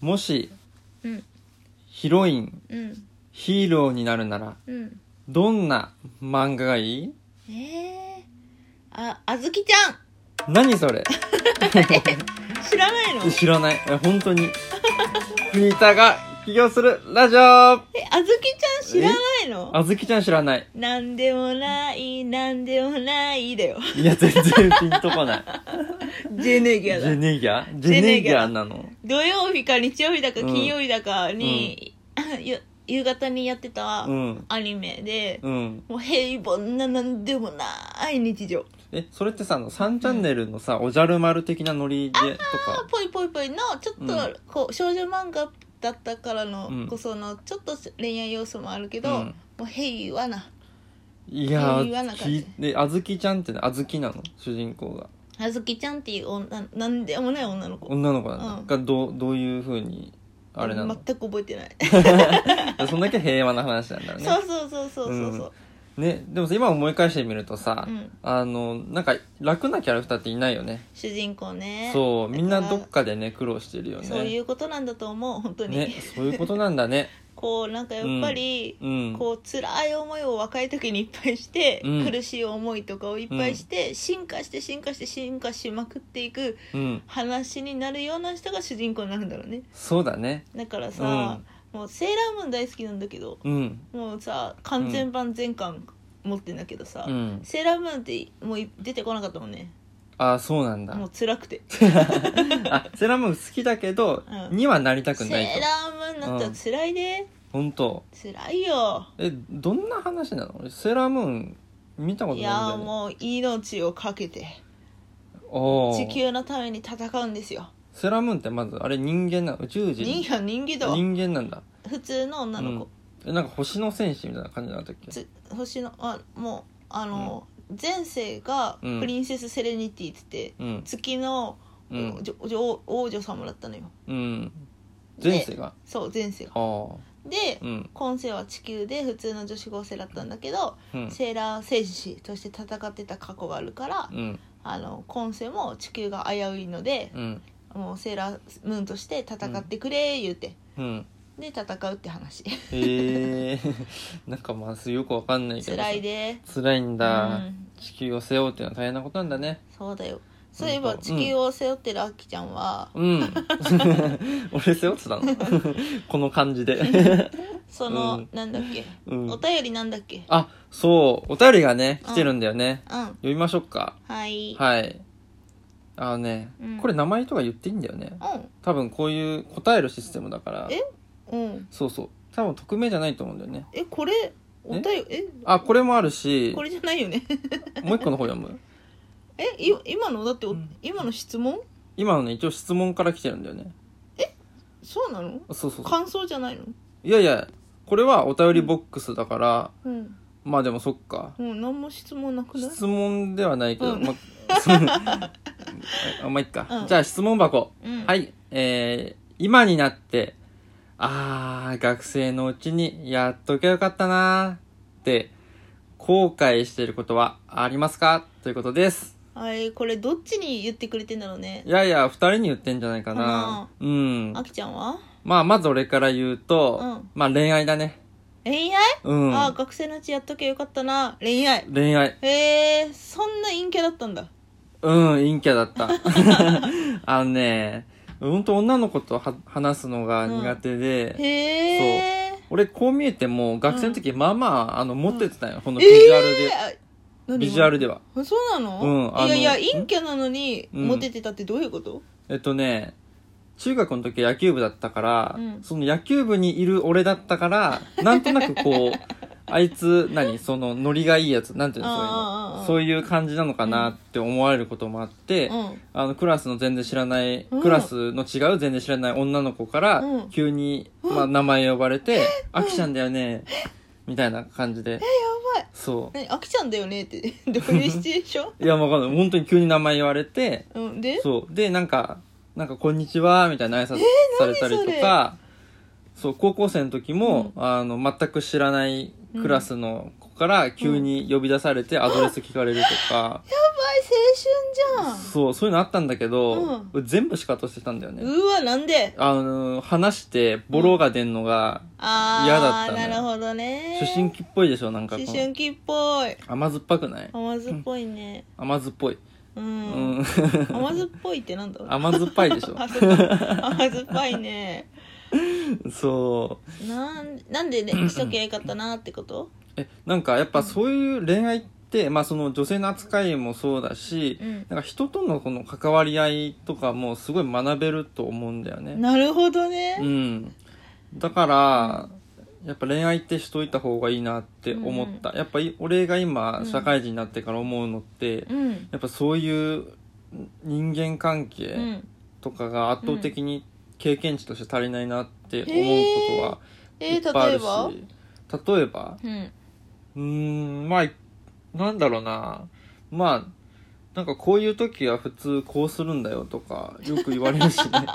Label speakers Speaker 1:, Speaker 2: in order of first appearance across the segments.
Speaker 1: もし
Speaker 2: うん
Speaker 1: ヒロイン
Speaker 2: うん
Speaker 1: ヒーローになるなら
Speaker 2: うん
Speaker 1: どんな漫画がいい
Speaker 2: えー、ああずきちゃん
Speaker 1: 何それ
Speaker 2: 知らないの
Speaker 1: 知らないえ本当にフーターが起業するラジオ
Speaker 2: えあずきちゃん知らないの
Speaker 1: あずきちゃん知らない
Speaker 2: なんでもないなんでもないだよ
Speaker 1: いや全然ピンとこない
Speaker 2: ジェネギ
Speaker 1: ジ
Speaker 2: ャだ
Speaker 1: ェネギャジ
Speaker 2: ェ
Speaker 1: ェ
Speaker 2: ネ
Speaker 1: ネ
Speaker 2: ギ
Speaker 1: ギ
Speaker 2: ャ
Speaker 1: ャなの
Speaker 2: 土曜日か日曜日だか
Speaker 1: うん
Speaker 2: 金曜日だかに、ゆ夕方にやってた
Speaker 1: うん
Speaker 2: アニメで、
Speaker 1: うん
Speaker 2: もう平凡ななんでもない日常
Speaker 1: えそれってさあの3チャンネルのさ、おじゃる丸的なノリでとか
Speaker 2: ぽいぽいぽいのちょっ
Speaker 1: うん
Speaker 2: とこう少女漫画だったからの
Speaker 1: うん
Speaker 2: こそのちょっと恋愛要素もあるけど、
Speaker 1: うん
Speaker 2: もう平和ない
Speaker 1: や
Speaker 2: 言わなかった
Speaker 1: ーきであずきちゃんってねあずきなの主人公が
Speaker 2: あずきちゃんっていう女なんでもない女の子
Speaker 1: 女の子なんだ、
Speaker 2: うん
Speaker 1: がどうどういうふうにあれなの、
Speaker 2: 全く覚えてない、
Speaker 1: そんだけ平和な話なんだね
Speaker 2: そうそうそうそうそうそう
Speaker 1: ねでもさ今思い返してみるとさ、
Speaker 2: うん
Speaker 1: あのなんか楽なキャラクターっていないよね
Speaker 2: 主人公ね
Speaker 1: そうみんなどっ
Speaker 2: か
Speaker 1: かでね苦労してるよ
Speaker 2: ら
Speaker 1: ね
Speaker 2: そういうことなんだと思う本当に、
Speaker 1: ねそういうことなんだね
Speaker 2: こうなんかやっぱり、
Speaker 1: うん
Speaker 2: こう辛い思いを若い時にいっぱいして、
Speaker 1: うん
Speaker 2: 苦しい思いとかをいっぱいして、進化して進化して進化しまくっていく
Speaker 1: うん
Speaker 2: 話になるような人が主人公になるんだろうね
Speaker 1: そうだね
Speaker 2: だからさ、もうセーラームーン大好きなんだけど
Speaker 1: うん
Speaker 2: もうさ完全版全巻持ってんだけどさ、
Speaker 1: うん
Speaker 2: セーラームーンってもう出てこなかったもんね
Speaker 1: ああそうなんだ
Speaker 2: もう辛くて
Speaker 1: あセーラームーン好きだけど、
Speaker 2: うん
Speaker 1: にはなりた
Speaker 2: セ
Speaker 1: く
Speaker 2: ー
Speaker 1: ないと
Speaker 2: ラームーンになったら辛いで、
Speaker 1: 本当
Speaker 2: 辛いよ
Speaker 1: えどんな話なの俺セーラームーン見たことないん
Speaker 2: い
Speaker 1: だ
Speaker 2: や
Speaker 1: よね
Speaker 2: もう命を懸けて
Speaker 1: お
Speaker 2: 地
Speaker 1: ー
Speaker 2: 球のために戦うんですよ
Speaker 1: セーラームーンってまずあれ人間なの宇宙人
Speaker 2: 人間は人間だわ
Speaker 1: 人間なんだ
Speaker 2: 普通の女の子、
Speaker 1: うん、えなんか星の戦士みたいな感じなんだったっけ
Speaker 2: つ星のあもうあの、前世が
Speaker 1: うん
Speaker 2: プリンセス・セレニティって言って、
Speaker 1: うん
Speaker 2: 月の、
Speaker 1: うん
Speaker 2: おじょ女王女様だったのよ
Speaker 1: うん前世が
Speaker 2: そう前世が
Speaker 1: ああ
Speaker 2: で、
Speaker 1: うん
Speaker 2: 今世は地球で普通の女子高生だったんだけど、
Speaker 1: うん
Speaker 2: セーラー戦士として戦ってた過去があるから、
Speaker 1: うん
Speaker 2: あの今世も地球が危ういので、
Speaker 1: うん
Speaker 2: もうセーラームーンとして戦ってくれ言うて、
Speaker 1: うん
Speaker 2: で戦うって話
Speaker 1: へえ なんかまあよくわかんないけどさ
Speaker 2: 辛いで
Speaker 1: 辛いんだ、
Speaker 2: うん
Speaker 1: 地球を背負うっていうのは大変なことなんだね
Speaker 2: そうだよそういえば
Speaker 1: うん
Speaker 2: 地球を背負ってるあきちゃんは、
Speaker 1: うん 俺背負ってた のこの感じで
Speaker 2: その、
Speaker 1: うん
Speaker 2: なんだっけ、
Speaker 1: うん
Speaker 2: お便りなんだっけ
Speaker 1: あそうお便りがね来てるんだよね、
Speaker 2: うん
Speaker 1: 読みましょうか
Speaker 2: はい、
Speaker 1: はいあのね、
Speaker 2: うん
Speaker 1: これ名前とか言っていいんだよね多分こういう答えるシステムだから
Speaker 2: えうんうん
Speaker 1: そうそう多分匿名じゃないと思うんだよね
Speaker 2: えこれお便りえ
Speaker 1: あこれもあるし
Speaker 2: これじゃないよね
Speaker 1: もう一個の方読む
Speaker 2: えい今のだってお、
Speaker 1: うん
Speaker 2: 今の質問
Speaker 1: 今のね一応質問から来てるんだよね
Speaker 2: そうなの
Speaker 1: そうそうそう
Speaker 2: 感想じゃないの
Speaker 1: いやいやこれはお便りボックスだから、
Speaker 2: うん
Speaker 1: まあでもそっか
Speaker 2: もう何も質問なくない
Speaker 1: 質問ではないけど、
Speaker 2: うん
Speaker 1: まあ そうあまあいっか、
Speaker 2: うん
Speaker 1: じゃあ質問箱、
Speaker 2: うん
Speaker 1: はいえー、今になってあー学生のうちにやっときゃよかったなーって後悔していることはありますかということです
Speaker 2: あれこれどっちに言ってくれてんだろうね
Speaker 1: いやいや二人に言ってんじゃないかなうん
Speaker 2: あきちゃんは
Speaker 1: まあまず俺から言うと、
Speaker 2: うん
Speaker 1: まあ恋愛だね
Speaker 2: 恋愛、
Speaker 1: うん
Speaker 2: ああ学生のうちやっときゃよかったな恋愛
Speaker 1: 恋愛
Speaker 2: へえそんな陰キャだったんだ
Speaker 1: うん、陰キャだ った。あのね、本当女の子とは話すのが苦手で、
Speaker 2: へえ
Speaker 1: 俺こう見えても学生の時、まあまあ、あの、持ってってたよ。このビ
Speaker 2: え
Speaker 1: ジュアルで。
Speaker 2: え
Speaker 1: ビジュアル
Speaker 2: で
Speaker 1: では。
Speaker 2: そうなの,、
Speaker 1: うんあの
Speaker 2: いやいや陰キャなのに
Speaker 1: うん
Speaker 2: モテてたってどういうこと、
Speaker 1: えっとね、中学の時野球部だったから、
Speaker 2: うん
Speaker 1: その野球部にいる俺だったから、なんとなくこう、 あいつ、何その、ノリがいいやつ、なんていうのそういう
Speaker 2: あーあーあー
Speaker 1: の。そういう感じなのかなって思われることもあって、
Speaker 2: うん
Speaker 1: あの、クラスの全然知らない、
Speaker 2: うん
Speaker 1: クラスの違う全然知らない女の子から
Speaker 2: うん、
Speaker 1: 急に、まあ、名前呼ばれて、あきちゃんだよね、みたいな感じで。
Speaker 2: やばい
Speaker 1: そ
Speaker 2: 何あきちゃんだよねって どういうシチュエーション
Speaker 1: う。いや、わかんない。本当に急に名前言われて、
Speaker 2: うんで
Speaker 1: そう。で、なんか、なんか、こんにちは、みたいな挨拶されたりとか、そう、高校生の時も、あの、全く知らないクラスの子から急に呼び出されてアドレス聞かれるとか、
Speaker 2: 青春
Speaker 1: そう、そういうのあったんだけど、全部シカトしてたんだよ
Speaker 2: じゃん
Speaker 1: ね。
Speaker 2: うわなんで
Speaker 1: あの、話してボロが出んのが、
Speaker 2: あー
Speaker 1: 嫌だったね
Speaker 2: なるほどね
Speaker 1: 初心期っぽいでしょ、なんかこ
Speaker 2: 思
Speaker 1: の。
Speaker 2: 春期っぽい
Speaker 1: 甘酸っぱくない
Speaker 2: 甘酸っぽいね
Speaker 1: 甘酸っぽい。う
Speaker 2: う、
Speaker 1: んん。
Speaker 2: 甘酸っぽいってなんだろう
Speaker 1: 甘酸っぱいでしょ。
Speaker 2: 甘酸っぱい甘酸っぱいね
Speaker 1: そう。
Speaker 2: なんなんでねしときゃよかったなってこと
Speaker 1: えなんかやっぱそういう恋愛って、まあ、その女性の扱いもそうだし、
Speaker 2: うん
Speaker 1: なんか人とのこの関わり合いとかもすごい学べると思うんだよね。
Speaker 2: なるほど
Speaker 1: う
Speaker 2: ね
Speaker 1: ん、だからやっぱ恋愛ってしといた方がいいなって思った、やっぱい俺が今
Speaker 2: うん
Speaker 1: 社会人になってから思うのって、
Speaker 2: うん
Speaker 1: やっぱそういう人間関
Speaker 2: う
Speaker 1: 係
Speaker 2: ん
Speaker 1: とかが圧倒的に経験値として足りないなって思うことは
Speaker 2: え
Speaker 1: いっ
Speaker 2: ー、
Speaker 1: ぱいあ
Speaker 2: 例え
Speaker 1: るし、
Speaker 2: ば
Speaker 1: 例えば
Speaker 2: うん
Speaker 1: うーん、まあ、いなんだろうな。まあ、なんかこういう時は普通こうするんだよとか、よく言われるし ね。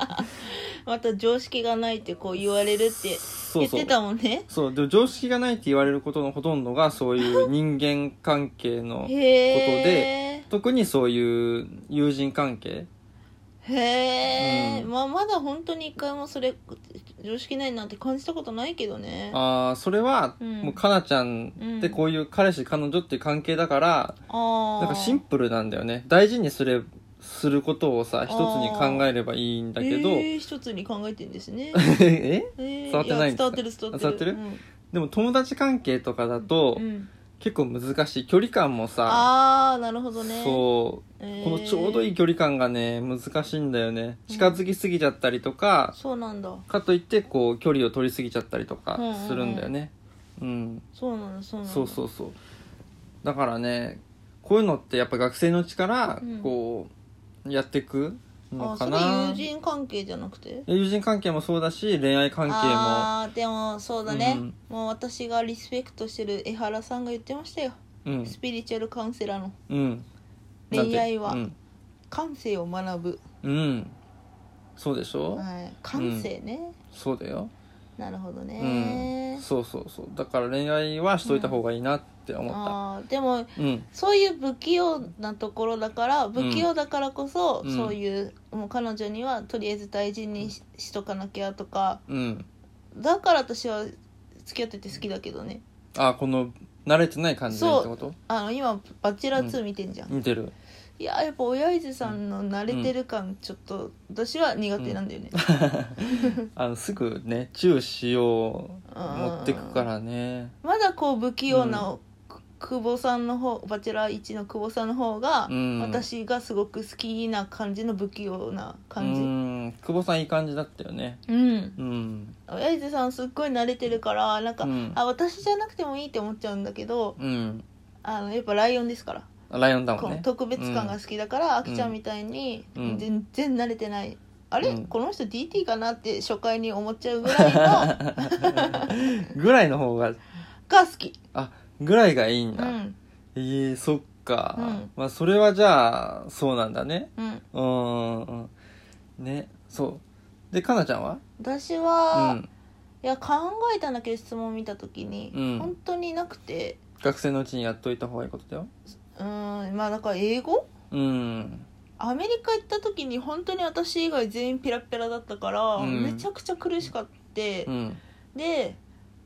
Speaker 2: また常識がないってこう言われるって
Speaker 1: そう
Speaker 2: 言っ
Speaker 1: そう
Speaker 2: て。たもんね
Speaker 1: そう、でも常識がないって言われることのほとんどがそういう人間関係の、
Speaker 2: へえ
Speaker 1: 特にそういう友人関係。
Speaker 2: へえ、
Speaker 1: うん
Speaker 2: まあまだ本当に一回もそれ常識ないなって感じたことないけどねあ
Speaker 1: ああ、それは、
Speaker 2: うん
Speaker 1: もうかなちゃんってこういう彼氏彼女っていう関係だから、
Speaker 2: あ
Speaker 1: なんかシンプルなんだよね。大事にすれ、することをさ、一つに考えればいいんだけど、
Speaker 2: えー、一つに考えてんです ね
Speaker 1: え
Speaker 2: 伝
Speaker 1: わってないんですか
Speaker 2: 伝わってる伝わってる
Speaker 1: 伝でも友達関係とかだと
Speaker 2: うんうん
Speaker 1: 結構難しい距離感もさ
Speaker 2: ああなるほどね
Speaker 1: そう
Speaker 2: えー
Speaker 1: このちょうどいい距離感がね難しいんだよね近づきすぎちゃったりとか、
Speaker 2: そうなんだ
Speaker 1: かといってこう距離を取りすぎちゃったりとか
Speaker 2: うんうんうん
Speaker 1: するんだよねうん、
Speaker 2: そうなんだそうなんだ
Speaker 1: そうそうそうだからねこういうのってやっぱ学生のうちからこうやっていくの
Speaker 2: あ
Speaker 1: か
Speaker 2: それ
Speaker 1: な、
Speaker 2: 友人関係じゃなくて
Speaker 1: 友人関係もそうだし恋愛関係も
Speaker 2: あーでもそうだね、
Speaker 1: うん
Speaker 2: もう私がリスペクトしてる江原さんが言ってましたよ
Speaker 1: うん
Speaker 2: スピリチュアルカウンセラーの
Speaker 1: うん
Speaker 2: 恋愛は
Speaker 1: なんて
Speaker 2: 感性を学ぶ、
Speaker 1: うん、うん、そうでしょ、
Speaker 2: はい、感性ね、
Speaker 1: そうだよ
Speaker 2: なるほど
Speaker 1: うん
Speaker 2: ね、
Speaker 1: そうそうそうだから恋愛はしといた方がいいなって思った
Speaker 2: あーでも
Speaker 1: うん、
Speaker 2: そういう不器用なところだから不器用だからこそ、
Speaker 1: うん
Speaker 2: そういうもう彼女にはとりあえず大事にししとかなきゃとか
Speaker 1: うん
Speaker 2: だから私は付き合ってて好きだけどね
Speaker 1: あこの慣れてない感じでってこと
Speaker 2: あの今「バチェラー2」見てんじゃん、
Speaker 1: 似てる
Speaker 2: いややっぱ親父さんの慣れてる感ちょっと私は苦手なんだよね、
Speaker 1: あのすぐねチューしよう
Speaker 2: うん
Speaker 1: 持ってくからね
Speaker 2: まだこう不器用な、く久保さんの方バチェラー1の久保さんの方が、
Speaker 1: うん
Speaker 2: 私がすごく好きな感じの不器用な
Speaker 1: う
Speaker 2: 感じ
Speaker 1: ん久保さんいい感じだったよね
Speaker 2: うん
Speaker 1: うん
Speaker 2: 親父さんすっごい慣れてるからなんか、
Speaker 1: うん
Speaker 2: あ私じゃなくてもいいって思っちゃうんだけど
Speaker 1: うん
Speaker 2: あのやっぱライオンですから、
Speaker 1: ライオンだも
Speaker 2: こ
Speaker 1: ん
Speaker 2: の
Speaker 1: ね
Speaker 2: 特別感が好きだから、あきちゃんみたいに
Speaker 1: うん
Speaker 2: 全然慣れてない、あれ、
Speaker 1: うん
Speaker 2: この人 DT かなって初回に思っちゃうぐ らいのが
Speaker 1: うんぐらいの方が
Speaker 2: 好き
Speaker 1: あぐらいがいいん
Speaker 2: う
Speaker 1: だ、
Speaker 2: ん
Speaker 1: えー、そっか、
Speaker 2: うん
Speaker 1: まあそれはじゃあそうなんだね
Speaker 2: うん
Speaker 1: うんうんうんねそうでかなちゃんは
Speaker 2: 私
Speaker 1: う
Speaker 2: は、
Speaker 1: ん
Speaker 2: いや考えたんだけど質問見た時に、
Speaker 1: うん
Speaker 2: 本当になくて
Speaker 1: 学生のうちにやっといた方がいいことだよ
Speaker 2: うんまあだから英語
Speaker 1: うん
Speaker 2: アメリカ行った時に本当に私以外全員ペラペラだったから、
Speaker 1: うん
Speaker 2: めちゃくちゃ苦しかって、
Speaker 1: うん
Speaker 2: で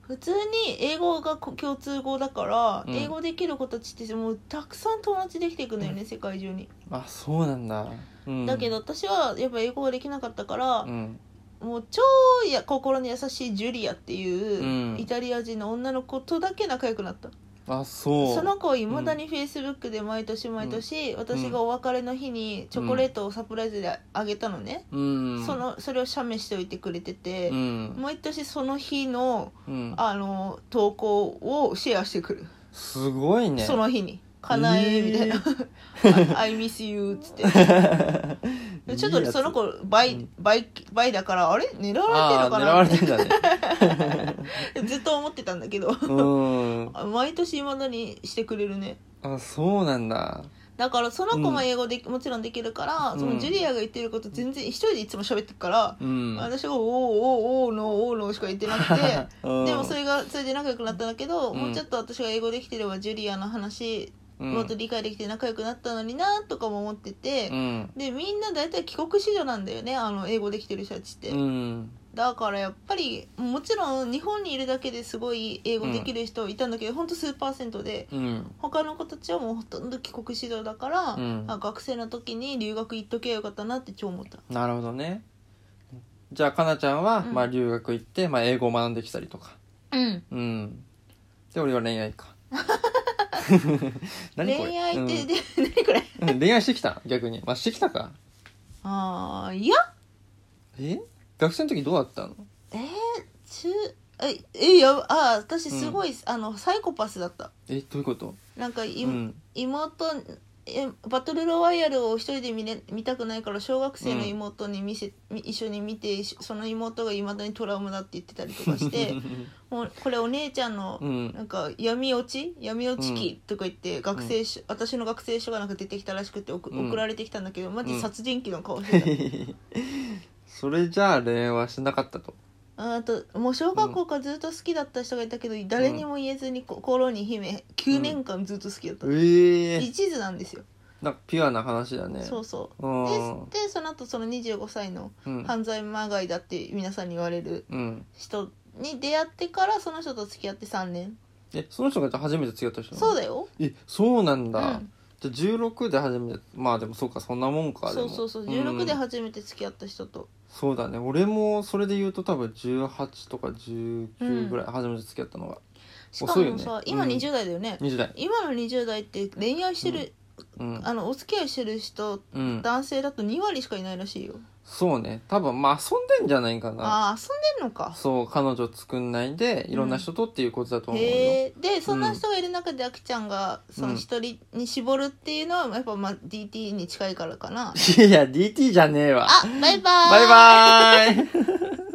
Speaker 2: 普通に英語がこ共通語だから、
Speaker 1: うん
Speaker 2: 英語できる子たちってもうたくさん友達できていくのよね、世界中に、
Speaker 1: あそうなんだ、うん、
Speaker 2: だけど私はやっぱ英語ができなかったから
Speaker 1: う、ん
Speaker 2: もう超や心に優しいジュリアってい
Speaker 1: う
Speaker 2: う、
Speaker 1: ん
Speaker 2: イタリア人の女の子とだけ仲良くなった
Speaker 1: あそう
Speaker 2: その子はいまだにフェイスブックで毎年毎年、私がお別れの日にチョコレートをサプライズであげたのね、
Speaker 1: うん
Speaker 2: そのそれを写メしておいてくれてて
Speaker 1: う、ん、
Speaker 2: 毎年その日の
Speaker 1: うん、
Speaker 2: あの投稿をシェアしてくる、
Speaker 1: すごいね
Speaker 2: その日に「かなえ」みたいな
Speaker 1: え
Speaker 2: 「I miss you」っつって
Speaker 1: いい
Speaker 2: ちょっと
Speaker 1: やつ
Speaker 2: その子倍
Speaker 1: うん
Speaker 2: 倍倍だからあれ狙われて
Speaker 1: ああ
Speaker 2: るのか
Speaker 1: 狙わ
Speaker 2: なっ
Speaker 1: れてんだね
Speaker 2: てずっと思ってたんだけど
Speaker 1: うん
Speaker 2: 毎年いまだにしてくれるね
Speaker 1: あそうなんだ
Speaker 2: だからその子も英語で、もちろんできるから、
Speaker 1: うん
Speaker 2: そのジュリアが言ってること全然一人でいつも喋ってるから、
Speaker 1: うん。
Speaker 2: 私が「おーおーおーのおーの」しか言ってなくて でもそれがそれで仲良くなったんだけど、
Speaker 1: うん
Speaker 2: もうちょっと私が英語できてればジュリアの話
Speaker 1: うん、
Speaker 2: もっと理解できて仲良くなったのになとかも思ってて
Speaker 1: う、ん。
Speaker 2: でみんな大体帰国子女なんだよねあの英語できてる人たちって、
Speaker 1: うん。
Speaker 2: だからやっぱりもちろん日本にいるだけですごい英語できる人いたんだけど、ほんと数パーセントで。
Speaker 1: うん。
Speaker 2: 他の子たちはもうほとんど帰国子女だから、
Speaker 1: うん
Speaker 2: あ学生の時に留学行っとけばよかったなって超思った
Speaker 1: なるほどね。じゃあ、かなちゃんは、
Speaker 2: うん
Speaker 1: まあ、留学行って、まあ、英語を学んできたりとか。
Speaker 2: うん
Speaker 1: うん。で、俺は恋愛 か。何これ
Speaker 2: 恋愛って、
Speaker 1: うん
Speaker 2: で 何これ
Speaker 1: うん恋愛してきた逆に。まあ、してきたか。
Speaker 2: ああいや
Speaker 1: え学生の時どうだったの
Speaker 2: えー、中ええやばあー私すごい、あのサイコパスだった
Speaker 1: え、どういうこと
Speaker 2: なんかい、
Speaker 1: うん。
Speaker 2: 妹えバトルロワイヤルを一人で見れ見たくないから小学生の妹に見せ、み一緒に見てしその妹がいまだにトラウマだって言ってたりとかして もうこれお姉ちゃんの
Speaker 1: うん。
Speaker 2: なんか闇落ち闇落ち期とか言って学生書、私の学生書がなんか出てきたらしくて送,、
Speaker 1: うん
Speaker 2: 送られてきたんだけどマ
Speaker 1: うん
Speaker 2: ジ殺人鬼の顔してた、
Speaker 1: それじゃあ、恋愛はしてなかったと。
Speaker 2: ああともう小学校からずっと好きだった人がいたけど、誰にも言えずに心に秘め9年間ずっと好きだった、
Speaker 1: ええ
Speaker 2: 一途なんですよ、
Speaker 1: なんかピュアな話だね。
Speaker 2: そうそう
Speaker 1: うん。
Speaker 2: ででその後その25歳の
Speaker 1: うん。
Speaker 2: 犯罪まがいだって皆さんに言われる
Speaker 1: うん。
Speaker 2: 人に出会ってからその人と付き合って3年、
Speaker 1: え、その人が初めて付き合った人なの
Speaker 2: そうだよ
Speaker 1: え、そうなんだ。
Speaker 2: うん
Speaker 1: じゃあ16で初めて、まあでもそうか、そんなもんか。で
Speaker 2: そ
Speaker 1: も
Speaker 2: うそうそう16で
Speaker 1: うん
Speaker 2: 初めて付き合った人と、
Speaker 1: そうだね。俺もそれで言うと多分18とか19ぐらい、初めて付き合ったのが。
Speaker 2: しかも
Speaker 1: 遅いよ
Speaker 2: さ、
Speaker 1: ね
Speaker 2: 今
Speaker 1: うん
Speaker 2: 20代だよね、
Speaker 1: 20代。
Speaker 2: 今の20代って恋愛してる、
Speaker 1: うん。
Speaker 2: あのお付き合いしてる人
Speaker 1: うん。
Speaker 2: 男性だと2割しかいないらしいよ
Speaker 1: そうね。多分まあ遊んでんじゃないかな。
Speaker 2: ああー遊んでんのか
Speaker 1: そう、彼女作んないで、いろんな人とっていうことだと思うよ。
Speaker 2: へえでそんな人がいる中であきちゃんがその一人に絞るっていうのはやっぱまあ DT に近いからかな、
Speaker 1: いや、DT じゃねえわ。
Speaker 2: あバイバーイ
Speaker 1: バイバーイ